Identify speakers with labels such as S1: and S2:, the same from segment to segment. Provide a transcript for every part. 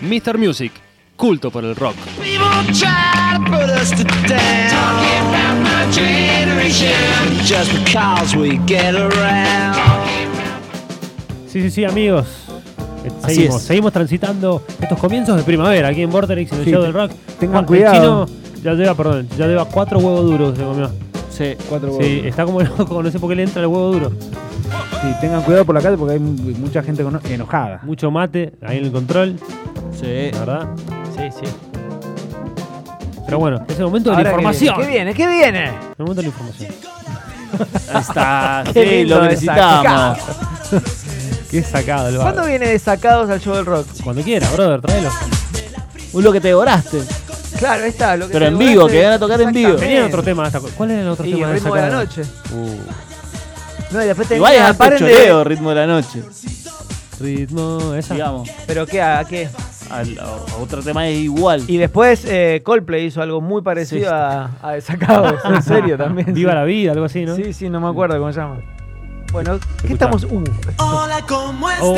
S1: Mr. Music, culto por el rock.
S2: People try to put us to down. Talking about my generation. Just because we get around.
S3: Sí, sí, sí, amigos. Eh,
S4: Así
S3: Seguimos,
S4: es.
S3: seguimos transitando estos comienzos de primavera aquí en Vorterix en el
S4: Sí,
S3: show del rock.
S4: tengan
S3: Ah, el
S4: cuidado.
S3: chino ya lleva, perdón, ya lleva cuatro huevos duros, se comió.
S4: Sí,
S3: Sí,
S4: cuatro huevos. Sí.
S3: está como loco, no sé por qué le entra el huevo duro.
S4: tengan cuidado por la calle porque hay mu- mucha gente cono- enojada.
S3: Mucho mate ahí en el control,
S4: Sí.
S3: la verdad.
S5: Sí, sí.
S3: Pero bueno, es el momento de la
S5: Ahora, ¿qué
S3: información.
S5: viene? ¿Qué viene? ¿Qué viene?
S3: El momento de la información.
S5: Ahí está.
S4: Qué lindo
S5: lo
S4: esa,
S5: necesitamos.
S3: Qué sacado el
S5: ¿Cuándo
S3: bar.
S5: viene de sacados al show del rock?
S3: Cuando quiera, brother, tráelo.
S4: Un lo que te devoraste.
S5: Claro, ahí está. Lo que
S4: Pero
S5: te
S4: en vivo,
S5: duraste-
S4: que van a tocar en vivo.
S5: Exactamente.
S3: Venía otro tema. esta- ¿Cuál era el otro
S5: Y
S3: tema
S5: el
S3: de
S5: ritmo de la
S3: sacada?
S5: noche. No, y después
S4: Uh. Igual es
S5: tenía-
S4: harto
S5: paren de-
S4: choreo, ritmo de la noche.
S3: Ritmo, esa.
S4: Digamos.
S5: Pero qué, a qué.
S4: Al- a- a otro tema es igual.
S5: Y después eh, Coldplay hizo algo muy parecido
S4: Sí.
S5: a, a de sacados. En serio también.
S3: Viva la vida, algo así, ¿no?
S5: Sí, sí, no me acuerdo cómo se llama. Bueno, ¿qué
S3: Escuchá.
S5: estamos? Uh,
S2: Hola, ¿cómo
S3: Oh,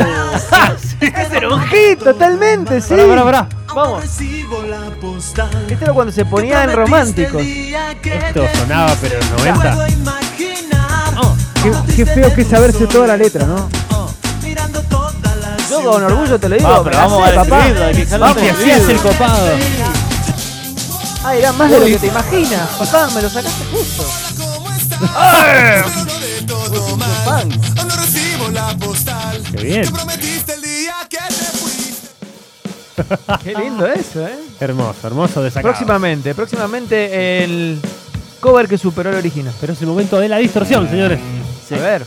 S5: este era un hit, totalmente, sí.
S3: pará, pará, pará.
S5: Vamos.
S2: Recibo la postal.
S5: Este era cuando se ponían románticos.
S3: Esto sonaba, pero en los 90.
S4: Qué, qué feo que es saberse toda la letra, ¿no?
S5: Yo con orgullo te lo digo.
S4: Ah,
S5: me
S4: pero
S5: la
S4: vamos
S5: sé,
S4: a escribirlo, hay que dejarlo
S5: Vamos.
S3: Y así es el copado.
S5: Ah, era más de lo que te imaginas. Papá, me lo sacaste justo.
S3: Qué bien.
S5: Qué lindo eso, ¿eh?
S3: Hermoso, hermoso de sacado.
S5: Próximamente, próximamente el cover que superó el original.
S3: Pero es el momento de la distorsión, señores.
S4: Sí.
S5: A ver.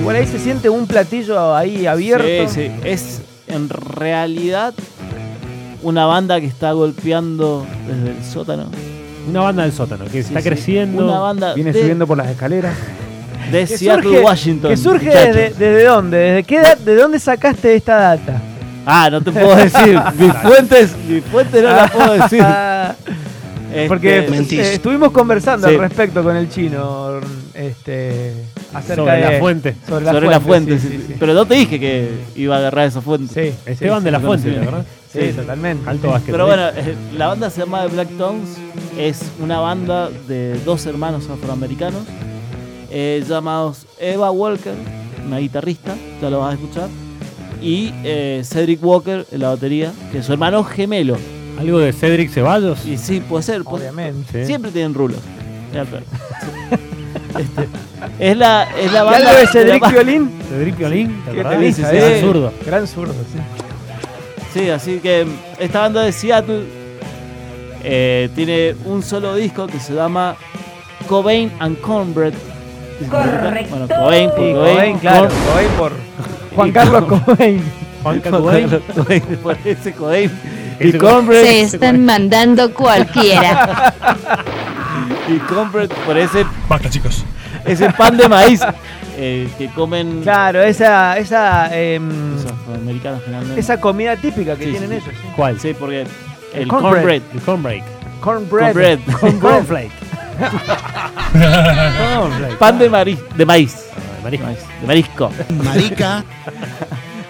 S5: Igual ahí se siente un platillo ahí abierto.
S4: Sí, sí. Es en realidad una banda que está golpeando desde el sótano.
S3: Una banda del sótano que
S4: Sí,
S3: está
S4: sí.
S3: creciendo.
S4: Una banda
S6: Viene
S4: de,
S6: subiendo por las escaleras.
S4: de
S5: Que
S4: Seattle,
S5: surge,
S4: Washington.
S5: que surge
S4: muchachos.
S5: desde, desde dónde, desde qué edad, de dónde sacaste esta data.
S4: Ah, no te puedo decir. mis fuentes, mis fuentes no las puedo decir.
S5: Ah, porque
S4: Este,
S5: eh, estuvimos conversando
S4: Sí.
S5: al respecto con el chino este, acerca
S3: Sobre
S5: de
S3: la fuente.
S5: sobre la
S4: sobre la
S5: fuente,
S4: fuente.
S5: sí,
S4: sí,
S5: sí, sí.
S4: Pero no te dije que iba a agarrar esa fuente.
S5: Sí,
S3: Esteban
S5: sí,
S3: Este de la
S4: sí,
S3: Fuente,
S4: sí.
S3: la verdad.
S5: sí, sí, totalmente.
S3: Alto básquet.
S4: Pero bueno, eh, la banda se llama The Black Tones, es una banda de dos hermanos afroamericanos eh, llamados Eva Walker, una guitarrista, ya lo vas a escuchar, y eh, Cedric Walker en la batería, que es su hermano gemelo.
S3: Algo de Cedric Ceballos.
S4: Y sí, puede ser, puede-
S5: Obviamente.
S3: Sí.
S4: siempre tienen rulos. Era el peor. Este, es, la, es la
S5: Y
S4: banda
S5: algo de
S4: la
S5: Cedric
S4: ba-
S5: Violín,
S3: Cedric Violín, ¿te eh?
S5: que
S3: acordás?
S5: tenés
S4: Sí,
S5: ahí.
S3: Era zurdo.
S5: Gran zurdo, sí.
S4: Sí, así que esta banda de Seattle eh, tiene un solo disco que se llama Cobain and Cornbread.
S7: Correcto.
S4: Bueno, Cobain, por
S5: Sí,
S4: Cobain,
S5: Cobain, claro,
S4: Cor-
S5: Cobain por Juan Carlos Cobain.
S3: Juan
S4: por
S3: Cacubain.
S4: Carlos Cobain, por ese Cobain. Y
S3: Ese
S4: Cornbread,
S7: Se están mandando cualquiera.
S4: y Cornbread por ese,
S8: Basta, chicos.
S4: ese pan de maíz eh, que comen
S5: Claro, esa esa em,
S4: los afroamericanos generalmente.
S5: esa comida típica que
S4: Sí,
S5: tienen
S4: sí.
S5: ellos. sí.
S3: ¿Cuál?
S4: Sí, porque el
S5: cornbread.
S4: Cornbread.
S3: El cornbreak.
S5: Cornbread.
S4: Cornbread.
S3: Cornflake. Cornflake.
S4: pan de, maíz de maíz.
S3: Ah, marisco.
S4: maíz, De marisco.
S6: Marica.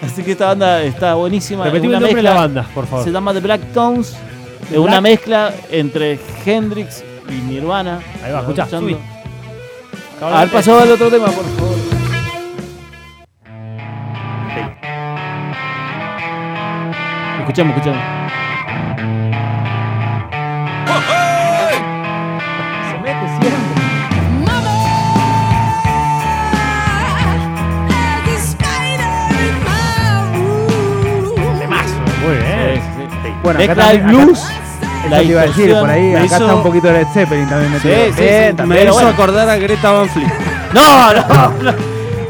S4: Así que esta banda está buenísima. es
S3: Repetime
S4: una
S3: el nombre de la
S4: mezcla-
S3: banda, por favor.
S4: Se llama The Black Tones. Es una mezcla entre Hendrix y Nirvana.
S3: Ahí va,
S4: ¿Lo
S3: escuchá,
S4: estás escuchando?
S3: subí.
S4: A ver,
S6: eh.
S4: pasó al otro tema, por favor. Escuchamos, escuchamos.
S5: Se mete siempre.
S3: Muy bien.
S6: Bueno, acá
S4: Mezcla el
S6: también- acá-
S4: blues.
S6: Eso
S4: la
S6: te iba a decir,
S4: distorsión,
S6: por ahí.
S4: me
S6: Acá
S4: hizo-
S6: está un poquito de Led Zeppelin también
S4: Sí,
S6: metido.
S4: sí, sí,
S6: también.
S4: pero bueno.
S9: acordar a Greta Van Fleet.
S4: No, no, no.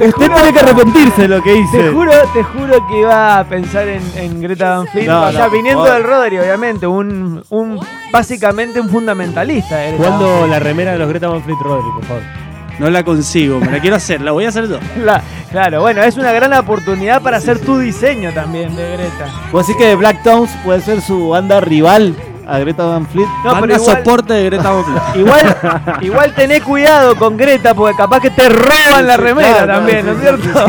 S6: Usted tiene que arrepentirse de lo que
S5: Te
S6: hice.
S5: juro, te juro que iba a pensar en, en Greta Van Fleet,
S4: No,
S5: o sea,
S4: no,
S5: viniendo
S4: por-
S5: del Rodri, obviamente, un, un básicamente un fundamentalista. eh, era.
S3: ¿Cuándo la remera de los Greta Van Fleet Rodri, por favor?
S9: No la consigo, me la quiero hacer, la voy a hacer yo.
S5: La- claro, bueno, es una gran oportunidad para hacer tu diseño también de Greta.
S4: Pues Vos decís que The Black Tones puede ser su banda rival a Greta Van Fleet.
S5: No,
S9: Banda
S5: pero igual-
S9: soporte de Greta Van Fleet.
S5: Igual, igual tené cuidado con Greta, porque capaz que te roban la
S4: Sí,
S5: remera
S4: claro,
S5: también,
S4: sí,
S5: ¿no es
S4: sí,
S5: cierto?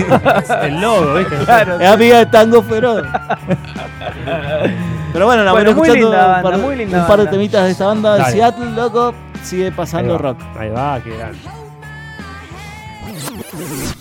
S3: El logo, ¿viste?
S5: Claro.
S4: Es amiga de Tango Feroz. Pero bueno, la
S5: Bueno,
S4: voy
S5: muy
S4: escuchando
S5: linda
S4: un
S5: banda,
S4: par, de-
S5: muy linda
S4: un par de
S5: banda.
S4: temitas de esta banda de
S3: Dale.
S4: Seattle, loco. Sigue
S3: Ahí
S4: pasando
S3: va,
S4: rock.
S3: Ahí va, qué grande.